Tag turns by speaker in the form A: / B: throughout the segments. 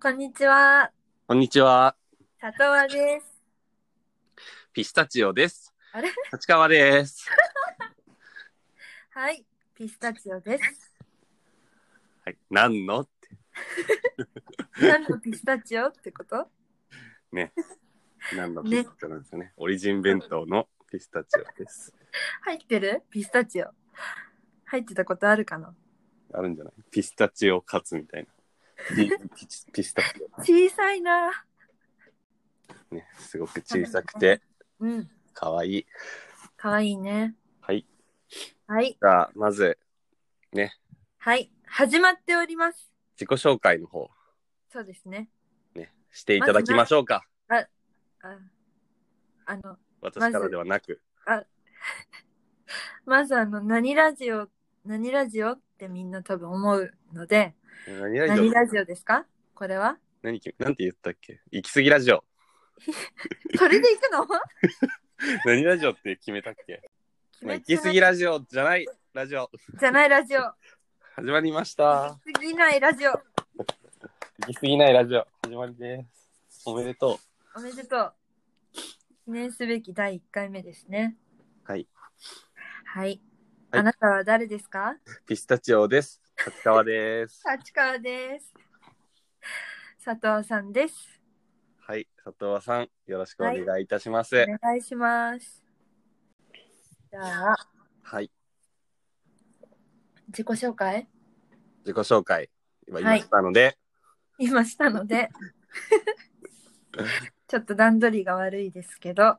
A: こんにちは。
B: こんにちは。
A: 佐藤和です。
B: ピスタチオです。
A: あれ
B: 立川です。
A: はい。ピスタチオ です。
B: はい。何のって。
A: 何のピスタチオってこと
B: 何のピスタチオなんですかね。オリジン弁当のピスタチオです。
A: 入ってるピスタチオ。入ってたことあるかな
B: あるんじゃないピスタチオカツみたいな。ピピチピスタチ
A: 小さいな。
B: オ。ね。すごく小さくて、
A: うん。
B: かわいい。
A: かわいいね。
B: はい。
A: はい。
B: じゃあ、まず、
A: はい。始まっております。
B: 自己紹介の方、
A: そうですね。
B: ね、していただきましょうか。
A: ああの、ずは
B: 私からではなく。
A: まずあの、何ラジオ、何ラジオってみんな多分思うので、
B: 何ラジオ
A: 何ラジオですかこれ は
B: 何きなんて言ったっけ行き過ぎラジオ。
A: それで行 くの
B: 何ラジオって決めたっけ、
A: 決
B: まあ、
A: めて
B: 行き
A: ない
B: 過ぎラジオじゃないラジオ。
A: じゃないラジオ。
B: 始まりました。
A: 行き過ぎないラジオ。
B: 行き過ぎないラジオ始まりです。おめでと
A: おめでとう。記念すべき第1回目ですね。
B: はい。
A: はい。
B: はい
A: あなたは誰ですか
B: う。ピスタチオです。立川です。
A: 立川です。佐藤さんです。
B: はい、佐藤さん、よろしくお願いいたします。はい。
A: お願いします。じゃあ、自己紹介
B: 自己紹介、今
A: はい
B: 言いましたので、
A: 今したの で、ちょっと段取りが悪いですけど、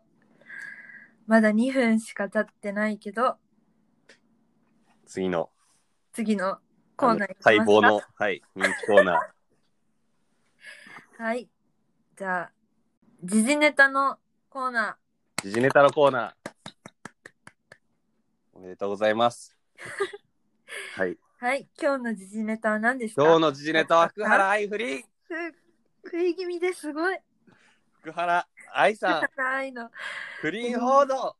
A: まだ2分しか経ってないけど、
B: 次の
A: 次のコーナー行きますか
B: 待望の、はい、人気コーナー。
A: はい。じゃあ、時事ネタのコーナ
B: 時事ネタのコーナー。おめでとうございます。はい、
A: ー。はい。今日の時事ネタは何ですか
B: 今日の時事ネタは福原愛不倫。
A: す食い気味ですごい。
B: 福原愛さん、
A: ないの。
B: 不倫報道。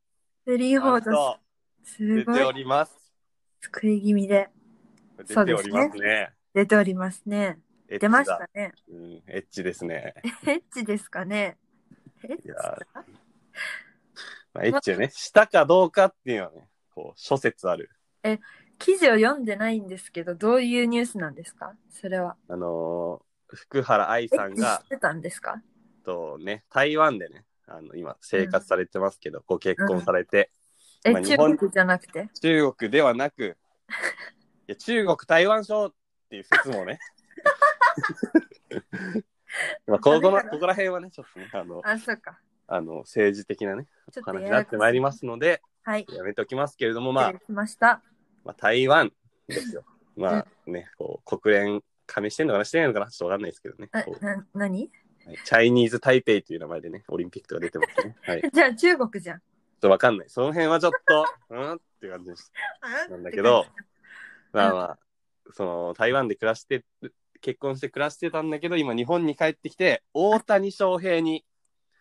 A: フリーホード
B: と
A: す
B: 出
A: ご
B: てお
A: い。
B: ります。
A: 食い気味で
B: 出ておりますね。
A: 出ておりますね。
B: エッ
A: 出
B: チだ
A: ましたね。
B: うん、エッチですね。
A: エッチですかね。エッチ
B: いや
A: だ
B: まあ、エッチをね、したかどうかっていうのはね、こう、諸説ある。
A: 記事を読んでないんですけど、どういうニュースなんですかそれは。
B: あのー福原愛
A: エ
B: さん
A: ッチ
B: が
A: し、てたんですか
B: とね、台湾でね、あの今、生活されてますけど、ご結婚されて、
A: え、
B: まあ
A: 中
B: 日本
A: 国じゃなくて。
B: 中国ではなく、いや中国台湾省っていう説もね。まあ、ここのここら辺はね、ちょっとね、あの、
A: あ、そうか。
B: あの政治的なね、
A: ちょっと
B: 話
A: や
B: に
A: や
B: な
A: こ
B: っ
A: しい
B: てまいりますので、
A: はい。
B: やめておきますけれども、まあ
A: 失、礼しました。
B: まあ、台湾ですよ。まあね、こう国連加盟してんのかなしてないのかなちょっとわかんないですけどね。
A: え
B: こ、う
A: な、何
B: はいチャイニーズ・台北という名前でね、オリンピックとか出てます ね。はい。ちょっ
A: じゃあ中国じゃん。
B: とわかんない。その辺はちょっと、うんって感じです。なんだけど、まあまあ、その台湾で暮らして、結婚して暮らしてたんだけど、今日本に帰ってきて、大谷翔平に、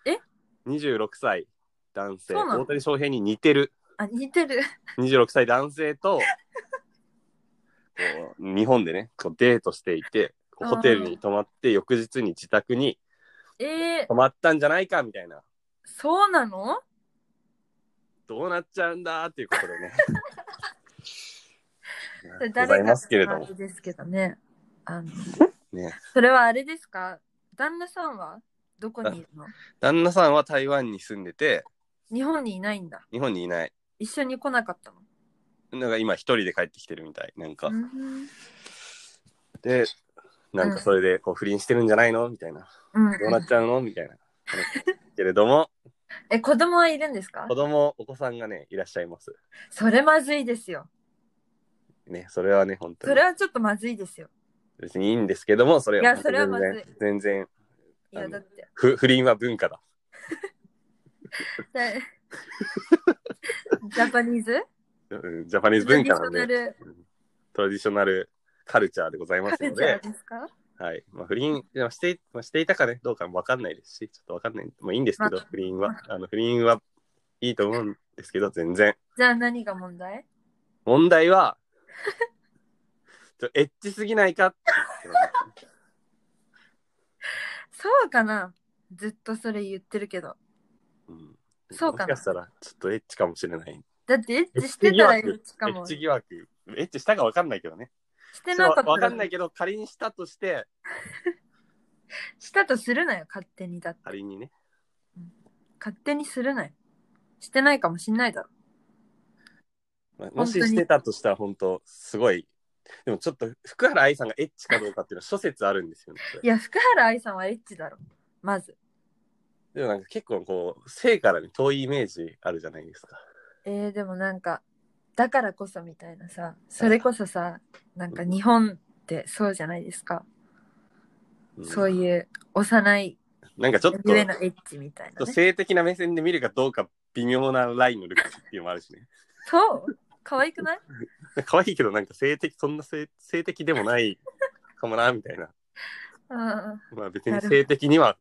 A: え
B: ?26 歳男性、
A: そうなの
B: 大谷翔平に似てる
A: あ、似てる。
B: 26歳男性とこう日本でねこうデートしていてこうホテルに泊まって翌日に自宅に
A: えー、
B: 泊まったんじゃないかみたいな
A: そうなの
B: どうなっちゃうんだっていうことでね
A: それ
B: ござい
A: 誰が
B: ますけれど
A: っ
B: も
A: て、ですけどね。あの、
B: ね、
A: それはあれですか旦那さんはどこにいるの
B: 旦那さんは台湾に住んでて
A: 日本にいないんだ。
B: 日本にいない
A: 一緒に来なかったの。
B: なんか今一人で帰ってきてるみたいなんか、
A: うん。
B: でなんかそれでこう不倫してるんじゃないのみたいな
A: うん
B: どうなっちゃうのみたいな話けれ ども
A: え、子供はいるんですか
B: 子供お子さんがねいらっしゃいます
A: それまずいですよ。
B: ねそれはね本当に
A: それはちょっとまずいですよ。
B: 別にいいんですけども、それ
A: い
B: は
A: やそれはまずい
B: 全然全然
A: いや、
B: あの
A: だって。
B: 不、不倫は文化だ。
A: だジャパニーズ
B: うんジャパニーズ文化な
A: ト
B: ん
A: ラディショナ
B: で、
A: ル
B: トラディショナルカルチャーでございま
A: カ
B: すの
A: ルチャ
B: で
A: ー、ですか
B: はい。まあ、不倫まあして、まあ、していたかね、どうかもわかんないですし、ちょっとわかんない。まあ、いいんですけど、
A: まあ
B: 不倫は。あの、不倫はいいと思うんですけど、全然。
A: じゃあ何が問題
B: 問題 は、ちょエッチすぎないかって
A: そうかなずっとそれ言ってるけど。
B: うん、
A: そうかな
B: もしかしたら、ちょっとエッチかもしれない。
A: だってエッチしてたら
B: エ
A: エ
B: ッ
A: ッチか
B: エッ
A: も。
B: チ
A: し
B: 疑惑。エッチしたかわかんないけどね。
A: てなか
B: そうわ
A: った
B: かんな
A: ら
B: い。けど、仮にしたとして、
A: したとするなよ、勝手にだって。
B: 仮にね。
A: 勝手にするなよ。してないかもしんないだろ。
B: まあも
A: 本
B: し
A: 当に
B: してたとしたら、本当すごい。でもちょっと、福原愛さんがエッチかどうかっていうのは諸説あるんですよね。こ
A: い
B: れ
A: や、福原愛さんはエッチだろ。まず。
B: でもなんか結構こう、性からに遠いイメージあるじゃないですか。
A: えー、でもなんか、だからこそみたいなさ、それこそさ、なんか日本ってそうじゃないですか。
B: うん
A: そういう幼い
B: なんかちょっと、
A: ゆえのエッチみたい
B: ちょ
A: な、
B: っと
A: ね。
B: 性的な目線で見るかどうか微妙なラインのルックスっていうのもあるしね。
A: そう可愛くない
B: 可愛いけどなんか性的、そんな性性的でもないかもな、みたいな。
A: うん。
B: まあ別に性的には、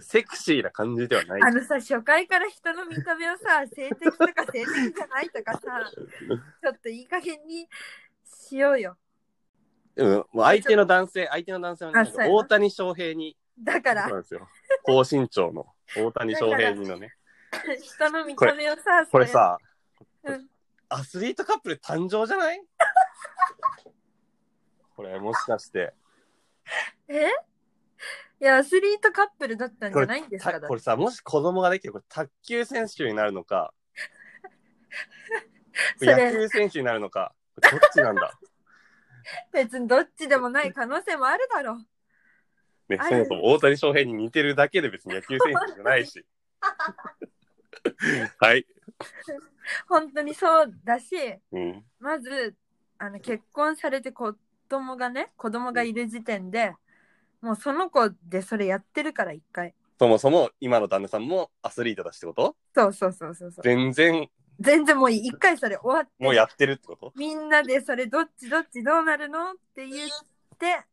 B: セクシーな感じではない。
A: あのさ、初回から人の見た目をさ、性的とか性的じゃないとか さ、ちょっといい加減にしようよ。
B: うん、もう相手の男性、相手の男性はなんか
A: あそうやな
B: 大谷翔平に、
A: だ
B: そ
A: か
B: う
A: ら
B: な、んですよ。高身長の大谷翔平にのね。
A: 人の見た目をさ、
B: これさ、
A: うん
B: アスリートカップル誕生じゃない これもしかして、
A: それ、えいや、アスリートカップルだったんじゃないんですか
B: たこれさ、もし子供ができて、これ卓球選手になるのか、
A: そ
B: 野
A: れ
B: 球選手になるのか、どっちなん だ
A: 別にどっちでもない可能性もあるだろう。
B: ね、
A: あ
B: そ
A: れ
B: もそも大谷翔平に似てるだけで別に野球選手じゃな いし。はい。
A: 本当にそうだし、
B: うん。
A: まずあの結婚されて子供がね子供がいる時点でもうその子でそれやってるから一回
B: そもそも今の旦那さんもアスリートだしってこと
A: そうそうそうそうそう
B: 全然
A: 全然もう一回それ終わって
B: もうやってるってこと
A: みんなでそれどっちどっちどうなるのって言って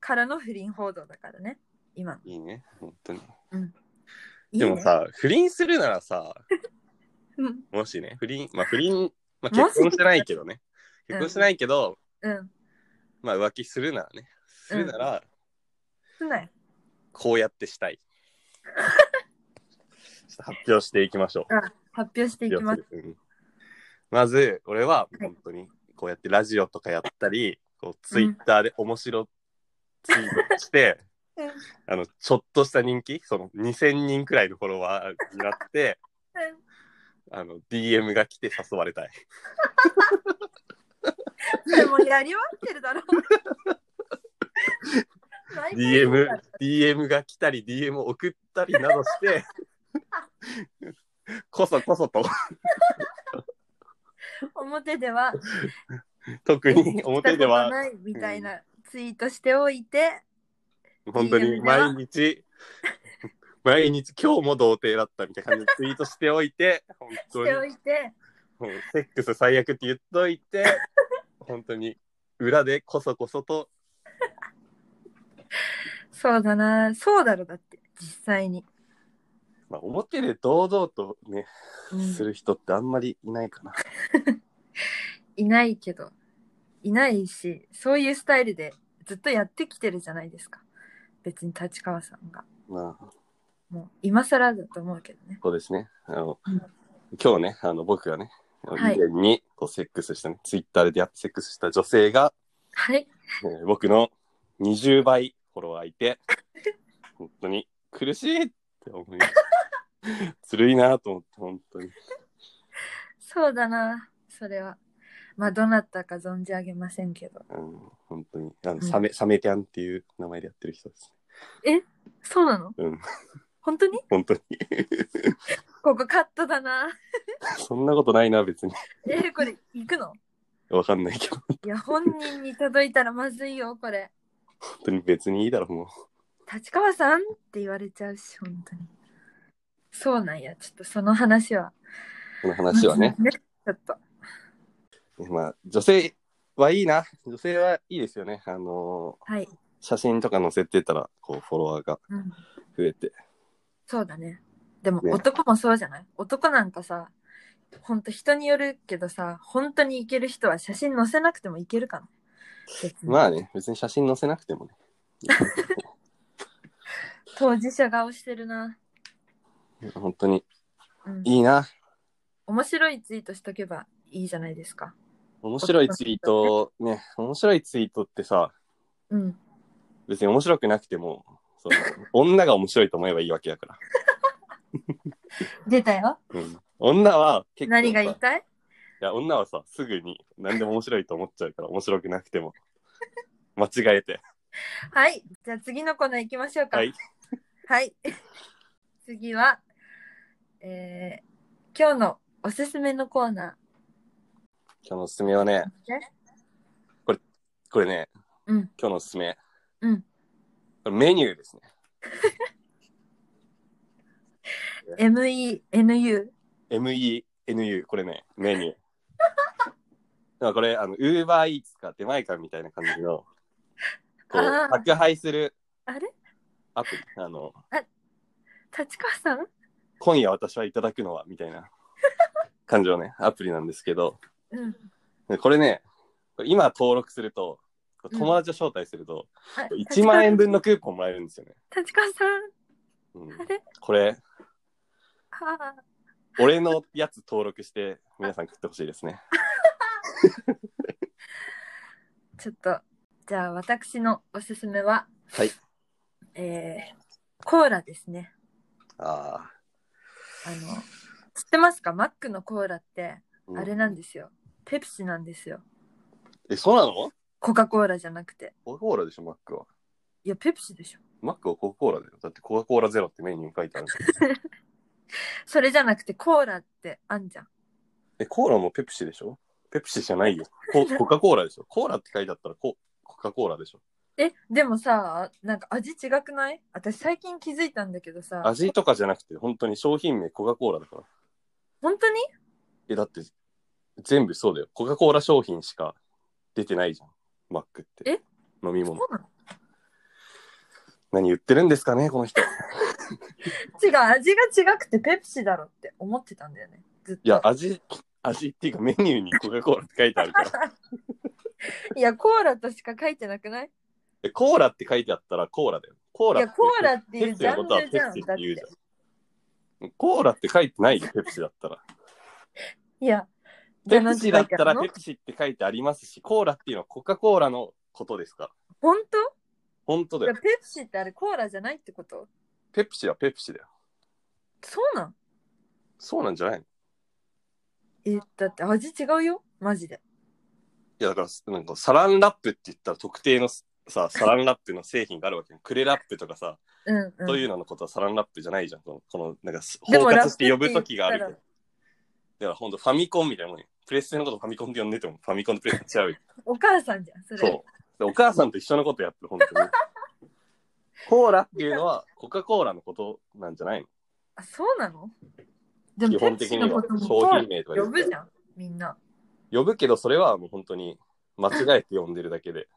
A: からの不倫報道だからね今
B: いいね。本当に。
A: いい
B: で
A: ね
B: もさ、不倫するならさ、
A: うん
B: もしね、不倫、まあ不倫、まあ
A: もし
B: 結婚してないけどね。
A: うん
B: 結婚してないけど、
A: うん
B: まあ浮気するならね。するなら、
A: すんなよ
B: こうやってし たい。ちょっと発表していきましょう。
A: 発表していきます
B: うんまず、俺は本当にこうやってラジオとかやったり、こうツイッターで面白ツイートして、
A: うん
B: あの、ちょっとした人気、その2000人くらいのフォロワーになって、あの、DM が来て誘われたい。
A: うんでもやり終わってるだろう 毎回そう
B: DM
A: だ、
B: DM が来たり、DM を送ったりなどして、 こそこそと、
A: 表では
B: 特に表で
A: したこと
B: は、
A: ないみたいなツイートしておいて、
B: 本当
A: DM で
B: に
A: は
B: 毎日、毎日、今日も童貞だったみたいな感じでツイートしておいて、本当
A: してお
B: に、
A: いて
B: もうセックス最悪って言っとい て、本当に、裏でこそこそと、
A: そうだなそうだろだって実際に、
B: まあ、表で堂々とね、
A: うん
B: する人ってあんまりいないかな。
A: いないけどいないしそういうスタイルでずっとやってきてるじゃないですか別に立川さんが
B: まあ、
A: もう今更だと思うけどね
B: そうですね。あの、
A: うん
B: 今日ね、あの、僕がね、以
A: はい
B: 前にこうセックスしたね、ツイッターで出会ってセックスした女性が、
A: はい
B: えー僕の20倍フォロワーい て、本当に苦しいって思いました。 ずるいなと思って、本当に。
A: そうだなそれはまあどなたか存じ上げませんけど
B: うん、本当に。あの、
A: ん
B: サメ、サメテャンっていう名前でやってる人です
A: そうなの
B: ね。うん、
A: 本当に
B: 本当に。
A: ここカットだな
B: そんなことないな、別に。
A: えーこれ行くの
B: わかんないけど、本
A: いや本人に届いたらまずいよこれ
B: 当に別にいいだろ、もう。
A: 立川さんって言われちゃうし本当にそうなんやちょっとその話は
B: この話はね。
A: まずちょっと
B: まあ、女性はいいな。女性はいいですよね。あの
A: はい、
B: ー写真とか載せてたら、こう、フォロワーが
A: うん、
B: 増えて。
A: そうだねでも
B: ね
A: 男もそうじゃない男なんかさほんと人によるけどさ本当にいける人は写真載せなくてもいけるかな別に
B: まあね、別に写真載せなくてもね。
A: 当事者顔してるな。
B: 本当に
A: うん、
B: いいな。
A: 面白いツイートしとけばいいじゃないですか。
B: 面白いツイート、ね、面白いツイートってさ、
A: うん。
B: 別に面白くなくても、その 女が面白いと思えばいいわけだから。
A: 出たよ。
B: うん、女は結構さ
A: 何が言いたい
B: いや、女はさ、すぐに何でも面白いと思っちゃうから、面白くなくても。間違えて。
A: はい。じゃあ次のコーナー行きましょうか。
B: はい。
A: はい。 次は、えー、今日のおすすめのコーナ
B: 今日のおすすめはね、
A: ーね。
B: これね、
A: うん。
B: 今日のおすすめ。
A: うん。
B: これメニューですね。
A: MENU。
B: MENU。これね、メニュー。 だからこれ、あの、Uber Eats か出前館みたいな感じの、こう
A: あー、
B: 宅配する
A: あれ
B: アプリ。あの、
A: 立川さん
B: 今夜私はいただくのは、みたいな感じのね、アプリなんですけど、
A: うん。
B: でこれね、これ今登録すると、これ友達を招待すると、
A: あ
B: 1万円。分のクーポンもらえるんですよね。
A: 立川さん。
B: うん
A: あれ
B: これ、
A: ああ。
B: 俺のやつ登録して、皆さん食ってほしいですね。
A: ちょっと、じゃあ私のおすすめは、
B: はい。
A: えー、コーラですね。
B: ああ、
A: あの、知ってますかマックのコーラって、
B: うん
A: あれなんですよ。ペプシなんですよ。
B: え、そうなの
A: コカ・コーラじゃなくて。
B: コカ・コーラでしょ、マックは。
A: いや、ペプシでしょ。
B: マックはコカ・コーラだよ。だってコカ・コーラゼロってメニューに書いてある。
A: それじゃなくて、コーラってあんじゃん。
B: え、コーラもペプシでしょペプシじゃないよ。ココカ・コーラでしょ。コーラって書いてあったらココカ・コーラでしょ。
A: え、でもさ、なんか味違くない私最近気づいたんだけどさ、
B: 味とかじゃなくて、本当に商品名コカ・コーラだから。
A: 本当に
B: え、だって、全部そうだよ。コカ・コーラ商品しか出てないじゃん。マックって。
A: え
B: 飲み
A: そう
B: 物。
A: なの
B: 何言ってるんですかね、この人。い
A: 違う、味が違くてペプシだろって思ってたんだよね。ずっと。
B: や、味、味っていうかメニューにコカ・コーラって書いてあるから。
A: いや、コーラとしか書いてなくない
B: え、コーラって書いてあったらコーラだよ。コー
A: い
B: ラ
A: や、コーラっていうジ
B: ペプシの
A: ャ
B: こ
A: ン
B: とは
A: ル
B: ペ
A: じ
B: プ
A: ゃん。
B: シっ
A: だって
B: 言う
A: て
B: じ。ゃん。コーラって書いてないよ、ペプシだった ら。
A: いや、
B: ペプシだったら
A: じゃあなんて書いてあるの
B: ペプシって書いてありますし、コーラっていうのはコカ・コーラのことですから。
A: 本
B: 本当
A: 当
B: だ
A: いや
B: よ。
A: ペプシってあれコーラじゃないってこと
B: ペプシはペプシだよ。
A: そうなん
B: そうなんじゃないのい
A: え、だって味違うよマジで。
B: や、だから、なんかサランラップって言ったら特定のさ、サランラップの製品があるわけよ。クレラップとかさ、
A: うん、うん。
B: そういうののことはサランラップじゃないじゃん。この、このなん
A: で
B: か、包
A: も
B: 括して呼ぶ
A: ラップって言ったら
B: 時があるけど。だから本当ファミコンみたいなもんよ。プレステのことファミコンで呼んでても、ファミコンとプレステ違うよ。
A: お母さんじゃん、それ。
B: そう。でお母さんと一緒のことやってる、本当 に。コーラっていうのは、コカ・コーラのことなんじゃない
A: あ、そうなので
B: の
A: も
B: 基本
A: ペプ
B: 的
A: シ
B: に
A: の
B: は
A: こともコ
B: 商
A: ー
B: 品名とか
A: ラ
B: で
A: 呼ぶじゃん、みんな。
B: 呼ぶけど、それはもう本当に間違えて呼んでるだけで。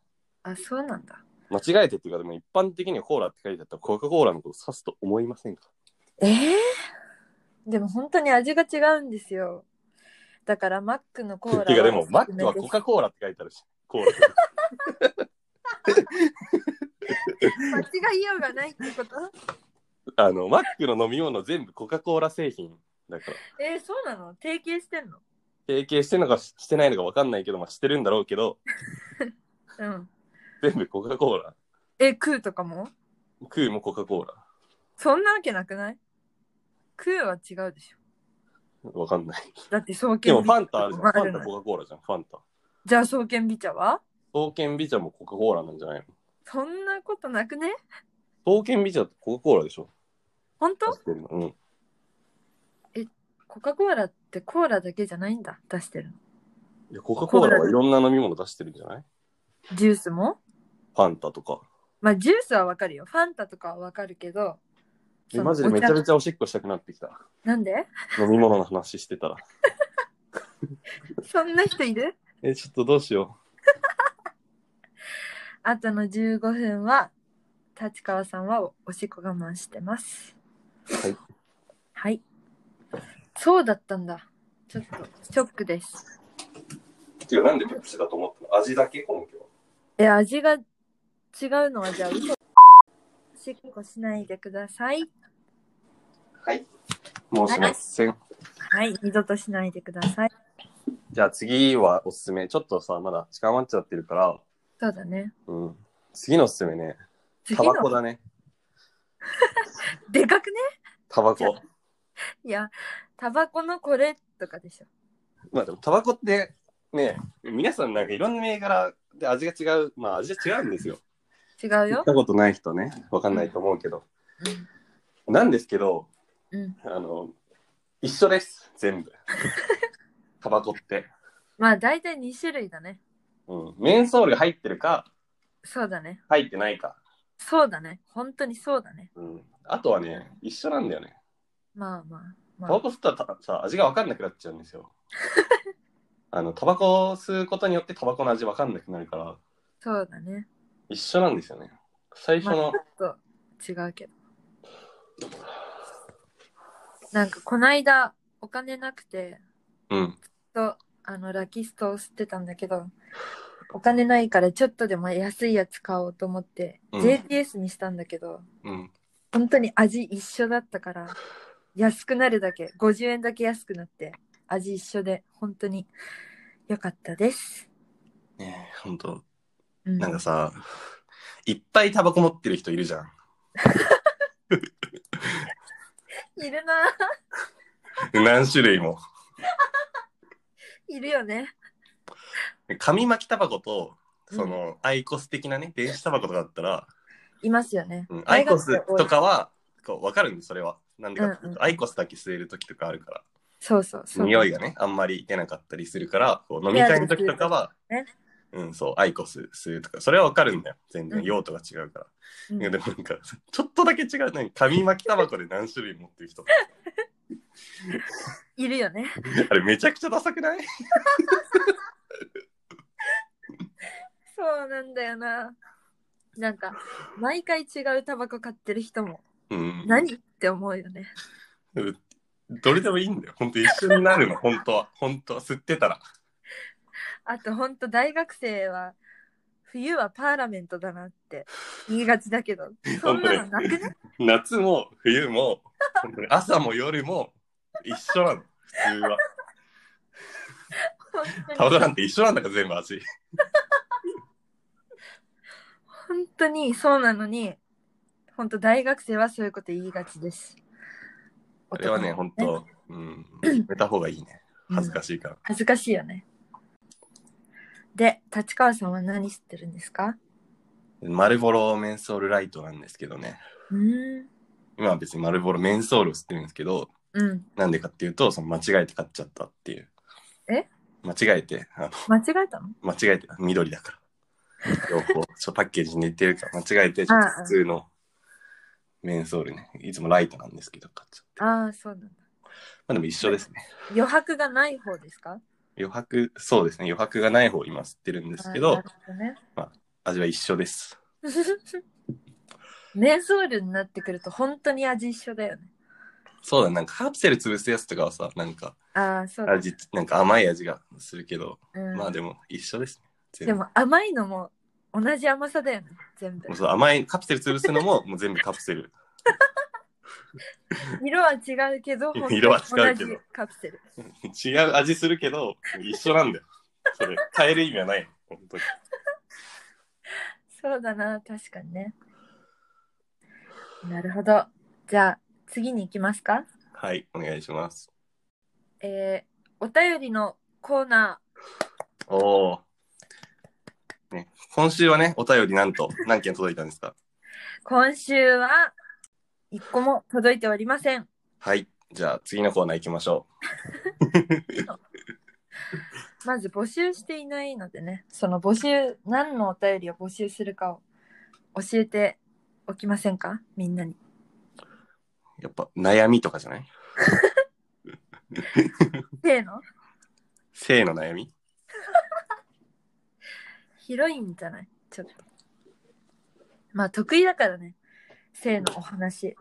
A: あ、そうなんだ。
B: 間違えてっていうか、でも一般的にはコーラって書いてあったら、コカ・コーラのこと指すと思いませんか
A: ええでも本当に味が違うんですよ。だからマックのコーラ
B: てか、でも、
A: お
B: マ
A: すす
B: ッ
A: め
B: クは
A: です
B: コカ・コーラって書いてあるし、コーラ。
A: 間違いようがないってこと
B: あの、マックの飲み物全部コカ・コーラ製品だから。
A: えー、そうなの提携してんの
B: 提携してるのかししてないのか分かんないけど、まあ、してるんだろうけど、
A: うん。
B: 全部コカ・コーラ。
A: え、クーとかも
B: クーもコカ・コーラ。
A: そんなわけなくないクーは違うでしょ。
B: 分かんない。
A: だって創
B: で
A: 建
B: も
A: 美
B: ファンタあるじゃん。
A: ま
B: ファンタ
A: ない
B: コカ・コーラじゃん。ファンタ。
A: じゃあ創建美茶は
B: 刀剣美茶もコカ・コーラなんじゃないの
A: そんなことなくね
B: 刀剣美茶ってコカ・コーラでしょ
A: 本
B: 出
A: 当
B: してるの。うん。
A: コカ・コーラってコーラだけじゃないんだ出してるの
B: いやコカ・コーラはいろんな飲み物出してるんじゃない
A: ジュースも
B: ファンタとか。
A: まあジュースはわかるよファンタとかはわかるけどそ
B: え
A: の
B: マジでめちゃめ
A: お
B: ちゃおしっこしたくなってきた。
A: 茶なんで
B: 飲み物の話してたら。
A: そんな人いる
B: え、ちょっとどうしよ
A: あとの15分は立川さんはおおしっこ我慢してます
B: はい
A: はいそうだったんだちょっとショックです
B: う。ていうか、なんでペプシだと思ったの味だけこの今日。
A: え、味が違うのはじゃあ嘘。しっこしないでください。
B: はい。もうしません。
A: はい、二度としないでください。
B: じゃあ次はおすすめ。ちょっとさ、まだ時間余っちゃってるから、
A: そうだね。
B: うん。次のおすすめね、タ
A: 次
B: バ
A: の
B: コだね。
A: でかくね
B: タバ
A: じゃ
B: コ。
A: いや、タバコのこれとかでしょ。
B: まあでもタバコってね、皆さんなんかいろんな銘柄で味が違う、まあ味が違うんですよ。
A: 違う
B: 行
A: よ
B: っ。たことない人ね、わかんないと思うけど。なんですけど、
A: うん。うん。
B: あの、一緒です、全部。タバコって。
A: まあ、大体2種類だね。
B: うん。メンソールが入ってるか、
A: そうだね。
B: 入ってないか。
A: そうだね。本当にそうだね。
B: うん。あとはね、一緒なんだよね。
A: まあまあ。
B: タ
A: ま
B: バ
A: あ、
B: コ吸ったらたさ、味が分かんなくなっちゃうんで すよ。あの、タバコを吸うことによってタバコの味分かんなくなるから、
A: そうだね。
B: 一緒なんですよね。最初
A: まあ、ちょ
B: の
A: っ、と違うけど。なんか、こないだ、お金なくて、
B: うん。
A: と、あの、ラキストを吸ってたんだけど、お金ないからちょっとでも安いやつ買おうと思って、
B: うん
A: JTS にしたんだけど、
B: うん。
A: 本当に味一緒だったから、安くなるだけ、50円だけ安くなって、味一緒で、本当に良かったです。
B: ねえ、ほんと。
A: うん、
B: なんかさ、いっぱいタバコ持ってる人いるじゃん。
A: いるなぁ
B: 何種類も。
A: いるよね。
B: 紙巻きタバコと、その、アイコス的なね、電子タバコとかだったら、
A: いますよね。
B: うんア
A: 大
B: イコ
A: 学生
B: スとかは、こう、わかるんです、それは。なんでかっていうと、
A: うんう
B: アイコスだけ吸える時とかあるから。
A: そうそうそう。
B: 匂いがね、あんまり出なかったりするから、こう飲み会の時とかは、
A: ペアで
B: うん、そう、アイコス吸うとか、それはわかるんだよ。全
A: う
B: 然
A: ん
B: 用途が違うから。
A: うん
B: いやでもなんか、ちょっとだけ違う。なんか紙巻きタバコで何種類持ってる人。
A: いるよね。
B: あれめちゃくちゃダサくない
A: そうなんだよな。なんか、毎回違うタバコ買ってる人も、
B: うん。
A: 何って思うよね。
B: うんどれでもいいんだよ。本当一緒になるの、本当は。本当は吸ってたら。
A: あとほんと大学生は冬はパーラメントだなって言いがちだけ どそんなのなくね
B: 夏も冬も、本当に朝も夜も一緒なの。普通は。
A: 本
B: タ
A: 当に
B: バコなんて一緒なんだから全部味。
A: 本当にそうなのに本当大学生はそういうこと言いがちです
B: これはね、本当、うん、やめた方がいいね。恥ずか
A: しい、
B: しいから。
A: 恥ずかしいよねで立川さんは何吸ってるんですか
B: マルボロメンソールライトなんですけどね。
A: うーん
B: 今は別にマルボロメンソールを吸ってるんですけど、
A: うん
B: なんでかっていうと、その間違えて買っちゃったっていう。
A: え
B: 間違えて、あの、
A: 間違えたの
B: 間違えて、緑だから。両 方、ちょパッケージに似てるから、間違えて、ちょっと普通のメンソールね。いつもライトなんですけど、買っちゃって。ま
A: ああそうなんだ
B: あでも一緒ですね。
A: 余白がない方ですか
B: 余白、そうですね。余白がない方を今吸ってるんですけ
A: あー
B: ど
A: なる、ほどね
B: 味は一緒です。
A: メンソールになってくると本当に味一緒だよね。
B: そうだ、なんかカプセル潰すやつとかはさ、なんか
A: ああ、そうだ、
B: 味、なんか甘い味がするけど、
A: うん
B: まあでも一緒ですね。全
A: で
B: 部
A: も甘いのも同じ甘さだよね、全部
B: もう。そう甘いカプセル潰すのももう全部カプセル。
A: 色は違うけど、本当に
B: 色は違うけど
A: 同じカプセル。
B: 違う味するけど一緒なんだよ。それ変える意味はない。本当に。
A: そうだな、確かにね。なるほど。じゃあ、次に行きますか。
B: はい、お願いします。
A: えー、お便りのコーナ
B: おお。ね、今週はね、お便りなんと何件届いたんですか
A: ー、今週は一個も届いておりません。
B: はい、じゃあ次のコーナー行きましょ
A: まず募集していないのでね、その募集、何のお便りを募集するかを教えておきませんかみんなに。
B: う。やっぱ悩みとかじゃない
A: せーの
B: 性の悩み
A: ヒロインじゃないちょっと。まあ得意だからね、性のお話。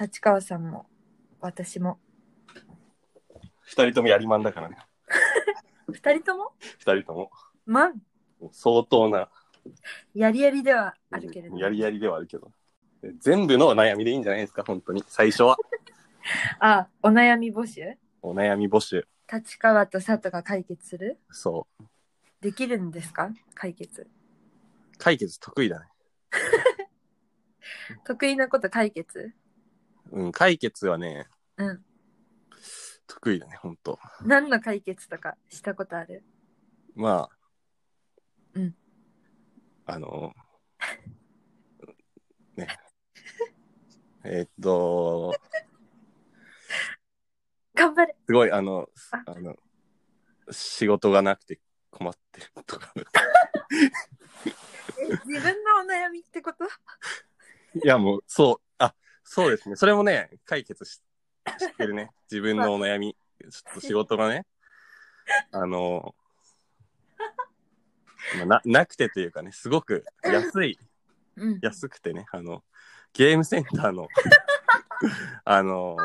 A: 立川さんも私も。
B: 二人ともやりまんだからね。
A: 二人とも
B: 二人とも
A: まん
B: 相当な
A: やりやりではあるけれど。
B: やりやりではあるけど。全部の悩みでいいんじゃないですか、本当に。最初は。
A: あ、お悩み募集
B: お悩み募集。
A: 立川と佐藤が解決する
B: そ
A: できるんですか解決。
B: う。解決得意だね。
A: 得意なこと解決
B: うん、解決はね、
A: うん。
B: 得意だね、本当
A: 何の解決とかしたことある
B: まあ。
A: うん。
B: あの、 ね。えっと、
A: 頑張れ
B: すごい、あの、
A: あ
B: あの、仕事がなくて困ってる とか。
A: え自分のお悩みってこと
B: いや、もう、そう、あ、そうですね。それもね、解決ししてるね。自分のお悩み。ちょっと仕事がね、あの、まあななくてというかね、すごく安い、
A: うん。
B: 安くてね、あの、ゲームセンター の、あの、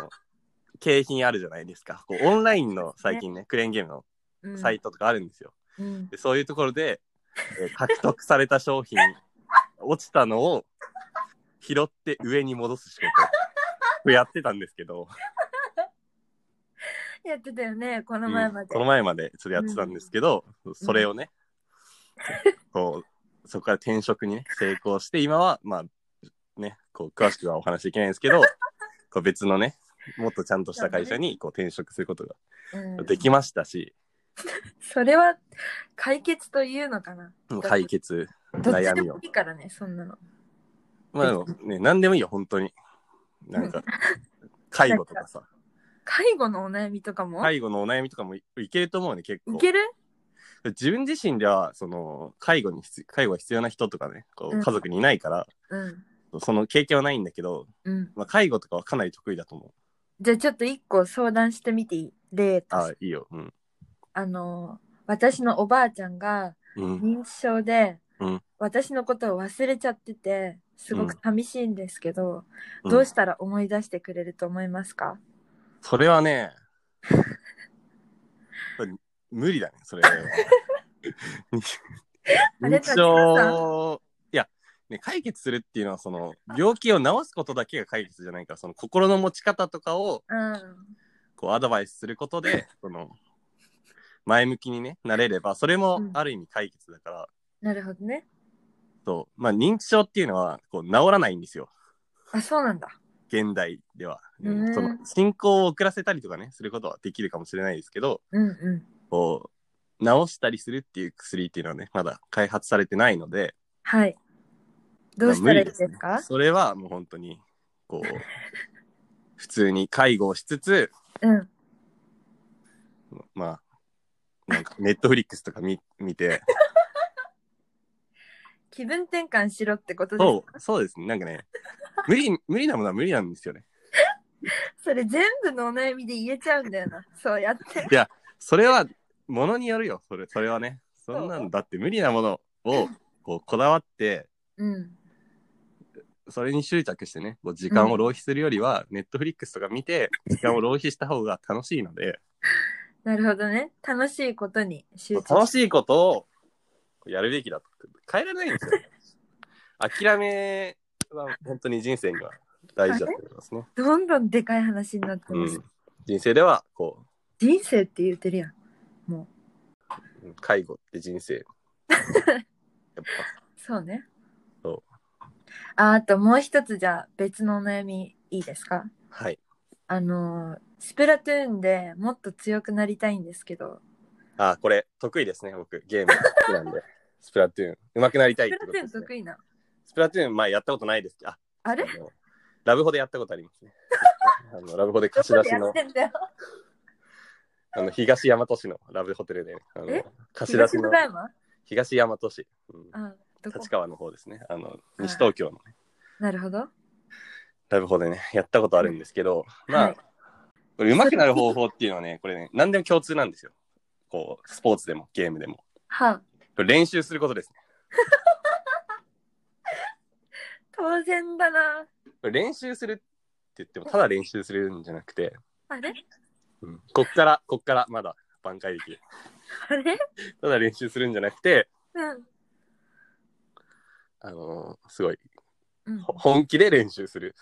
B: 景品あるじゃないですか。こうオンラインの最近ね、クレーンゲーム
A: うん
B: のサイトとかあるんですよ。
A: うん
B: でそういうところで、えー獲得された商品落ちたのを拾って上に戻す仕事やってたんですけど、
A: やってたよね、この
B: うん
A: 前まで。
B: この前までちょっとやってたんですけど、それをね、こうそこから転職に、ね、成功して今はまあねこう詳しくはお話しできないんです けどこう別のねもっとちゃんとした会社にこう転職することが
A: うん
B: できましたし、
A: それは解決というのかな
B: もう解決
A: どっち
B: 悩
A: で
B: みを
A: もいいからね、そんなの。
B: まあでもね、何でもいいよ、本当に。なんか、介護とかさ、
A: 介護のお悩みとかも、い、
B: 介護のお悩みとかもいいけると思うね、結構。
A: ける
B: 自分自身では、その、介護に必、介護が必要な人とかね、こ
A: う
B: うん家族にいないから、
A: うん。
B: その経験はないんだけど、
A: うん。
B: まあ、介護とかはかなり得意だと思
A: じゃあちょっと一個相談してみていい例
B: う。
A: とし
B: あ
A: て
B: いいよ。うん。
A: あの、私のおばあちゃんが
B: うん。
A: 認知症で、
B: うん
A: 私のことを忘れちゃってて、すごく寂しいんですけど、
B: うん
A: どうしたら思い出してくれると思いますか、
B: それはね、これ無理だね、それ。
A: あれ
B: 認知症、いや、ね、解決するっていうのは、その、病気を治すことだけが解決じゃないから、その心の持ち方とかを、
A: うん、
B: こう、アドバイスすることで、その、前向きにね、なれれば、それも
A: うん
B: ある意味解決だから、
A: なるほどね。
B: そう、まあ、認知症っていうのは、こう、治らないんですよ、
A: あ、そうなんだ。
B: 現代では。
A: うん
B: その、進行を遅らせたりとかね、することはできるかもしれないですけど、
A: うんうん。
B: こう、治したりするっていう薬っていうのはね、まだ開発されてないので、
A: はい。どうしたらいいです
B: 無理
A: か
B: ねそれはもう本当に、こう、 普通に介護をしつつ、
A: うん。
B: まあ、なんか、ネットフリックスとか見見て、
A: 気分転換しろってことです
B: そう、そうですね。なんかね、無理、無理なものは無理なんですよね。
A: それ全部のお悩みで言えちゃうんだよな。そうやって。
B: それは、ものによるよ、それ、それはね。そんなんだって無理なものを、こう、こだわって、
A: うん。
B: それに執着してね、こう時間を浪費するよりは、ネットフリックスとか見て、時間を浪費した方が楽しいので、
A: なるほどね。楽しいことに集中
B: 楽しいことをやるべきだと。変えられないんですよ。 諦めは本当に人生には大事だと思いますね。
A: どんどんでかい話になって
B: う
A: ます。
B: ん。人生では、こ
A: 人生って言ってるやん。
B: ううん、介護って人 生。やっぱ、
A: そうね。
B: そう
A: ああともう一つじゃあ別のお悩みいいですか
B: はい。
A: あのースプラトゥーンでもっと強くなりたいんですけど、
B: あ、これ、得意ですね、僕。ゲーム好き なんで。スプラトゥーン。上手くなりたいっ
A: ス
B: て
A: プ
B: こ
A: ラトゥ
B: とで
A: ーン
B: す、ね。
A: 得意な。
B: スプラトゥーン、前やったことないですけど、あ、
A: あれ
B: あのラブホでやったことあ りますね。あのラブホで
A: ど
B: 貸し
A: こ
B: 出
A: で
B: し
A: や
B: の
A: っ、てんだよ。
B: あの、東大和市のラブホテルでね、あの
A: え、
B: 貸し出
A: 東
B: しの
A: 野大和
B: 東大和市、うん
A: あどこ
B: 立川の方ですね。あの、西東京のね、
A: なるほど。
B: ラブホでね、やったことあるんですけど、まあ、
A: はい
B: これ上手くなる方法っていうのはね、これね、何でも共通なんですよ。こう、スポーツでも、ゲームでも。
A: はあ
B: これ練習することですね。
A: 当然だな。
B: これ練習するって言っても、ただ練習するんじゃなくて、
A: あれ
B: うんこっから、こっから、まだ挽回できる。
A: あれ
B: ただ練習するんじゃなくて、
A: うん。
B: あのーすごい、
A: うん
B: ほ本気で練習 する。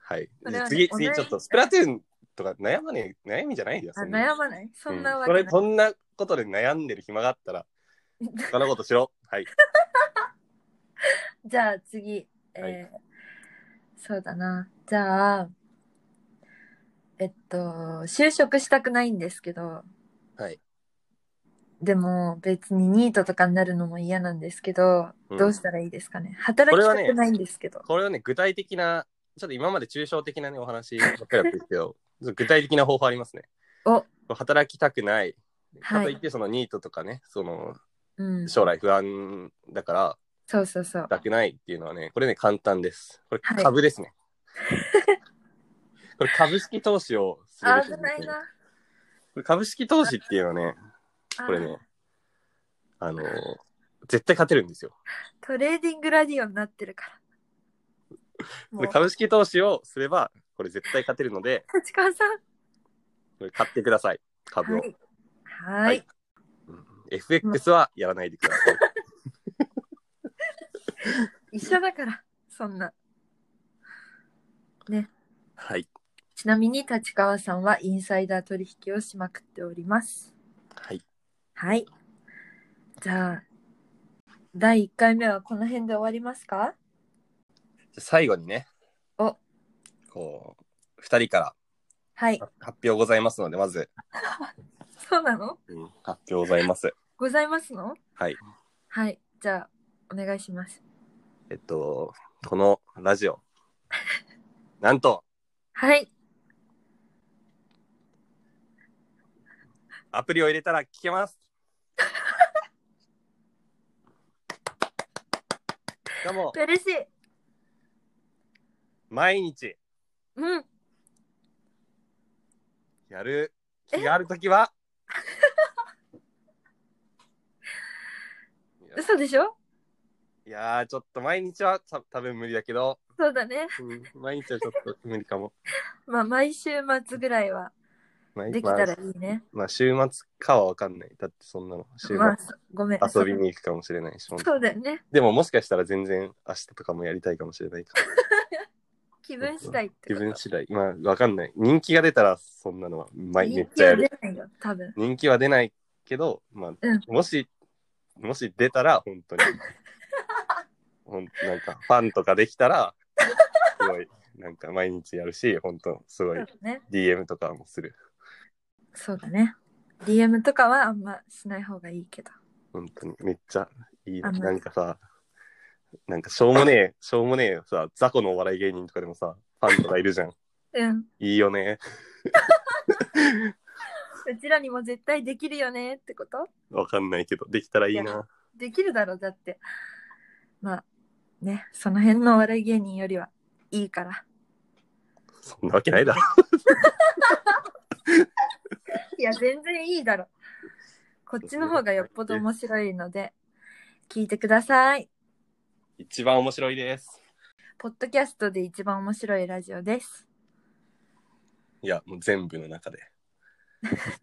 B: はい。
A: それはね
B: 次、
A: お悩
B: 次
A: み
B: ちょっと、スプラトゥーンとか悩まねえ、悩みじゃないよ。
A: あ
B: そん
A: 悩まないそんなわけ
B: う
A: なんい、
B: それ、そんなことで悩んでる暇があったら、他のことしろ。はい。
A: じゃあ次、えー
B: はい
A: そうだな。じゃあ、えっと、就職したくないんですけど、
B: はい。
A: でも別にニートとかになるのも嫌なんですけど、
B: うん
A: どうしたらいいですかね。働きたくないんですけど。
B: これはね、具体的な、ちょっと今まで抽象的なね、お話ばっかりだったんですけど、ちょっと具体的な方法ありますね。
A: お
B: 働きたくない。
A: はい
B: かといって、そのニートとかね、その、
A: うん。
B: 将来不安だから、
A: そうそうそう。
B: したくないっていうのはね、これね、簡単です。これ
A: はい
B: 株ですね。これ株式投資をするべき
A: 危
B: ですね
A: ないな。
B: これ株式投資っていうのはね、
A: あ
B: これね、あのー、絶対勝てるんですよ。
A: トレーディングラディオになってるから。も
B: こ
A: う
B: れ、株式投資をすれば、これ絶対勝てるので、
A: 立川さん。
B: これ買ってください。株を。
A: はい。は
B: はいい。うん FX はやらないでください。
A: 一緒だから、そんな。
B: はい。
A: ちなみに立川さんはインサイダー取引をしまくっております。
B: はい。
A: はい。じゃあ、第1回目はこの辺で終わりますか
B: じゃあ最後にね、
A: お
B: こう、二人か
A: はい
B: ら。発表ございますので、まず、
A: そうなの
B: うん発表ございます。
A: ございますの
B: はい。
A: はい。じゃあ、お願いします。
B: えっと、このラジオ、 なんと、
A: はい。
B: アプリを入れたら聞けます。しかも、
A: 嬉しい。
B: 毎日
A: うん。
B: やる気があるときは、いや
A: 嘘でしょ
B: いやー、ちょっと毎日はた多分無理だけど、
A: そうだね。
B: うん毎日はちょっと無理かも。
A: まあ、毎週末ぐらいは
B: 毎
A: でき
B: ま
A: た
B: あ
A: らいいね。
B: まあ、週末かはわかんない。だってそんなの、週末
A: まあ、そごめん。
B: 遊びに行くかもしれないし、
A: そ
B: 本
A: う
B: 当
A: そうだよね。
B: でももしかしたら全然明日とかもやりたいかもしれないから。
A: 気分次第ってこ
B: 自
A: と。
B: 分次第。まあ、わかんない。人気が出たら、そんなのは、毎めっ
A: 人
B: ち
A: 気
B: ゃ
A: は
B: やる。
A: 出ないよ、多分。
B: 人気は出ないけど、まあ、
A: うん
B: もし、もし出たら、本当に。ほんなんか、ファンとかできたら、すごい、なんか毎日やるし、本当すご
A: そ
B: い、
A: うだね。
B: DM とかもする。
A: そうだね。DM とかはあんましない方がいいけど。
B: 本当に、めっちゃいいな。
A: あの
B: なんかさ、なんかしょうもねえ、しょうもねえさ、雑魚のお笑い芸人とかでもさ、ファンとかいるじゃん。
A: うん。
B: いいよね。
A: うちらにも絶対できるよねってこと
B: わかんないけど、できたらいいな。
A: できるだろ、だって。まあ、ね、その辺のお笑い芸人よりはいいから。
B: そんなわけないだろ。
A: いや、全然いいだろ。こっちの方がよっぽど面白いので、聞いてください。
B: 一番面白いです。
A: ポッドキャストで一番面白いラジオです。
B: いや、もう全部の中で。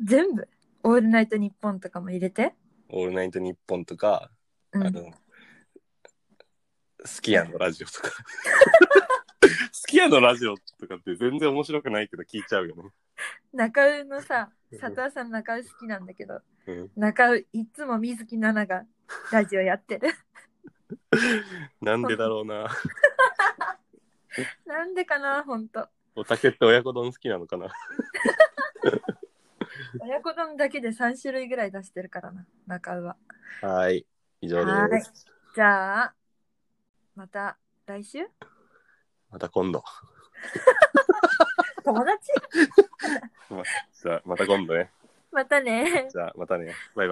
A: 全部オールナイトニッポンとかも入れて。
B: オールナイトニッポンとか、
A: う
B: あ
A: ん。
B: の、スキヤのラジオと か。スキヤのラジオとかって全然面白くないけど聞いちゃうよね。
A: 中尾のさ、佐藤さん中尾好きなんだけど、
B: うん、
A: 中尾いつも水木奈々がラジオやってる。
B: なんでだろうな。
A: なんでかな、ほんと。
B: おたけって親子丼好きなのかな。
A: 親子丼だけで3種類ぐらい出してるからな、中尾は。
B: はい。以上です。
A: じゃあ、また来週
B: また今度。
A: 友達
B: じゃあまた今度ね。
A: またね。
B: じゃあまたね。バイバイ。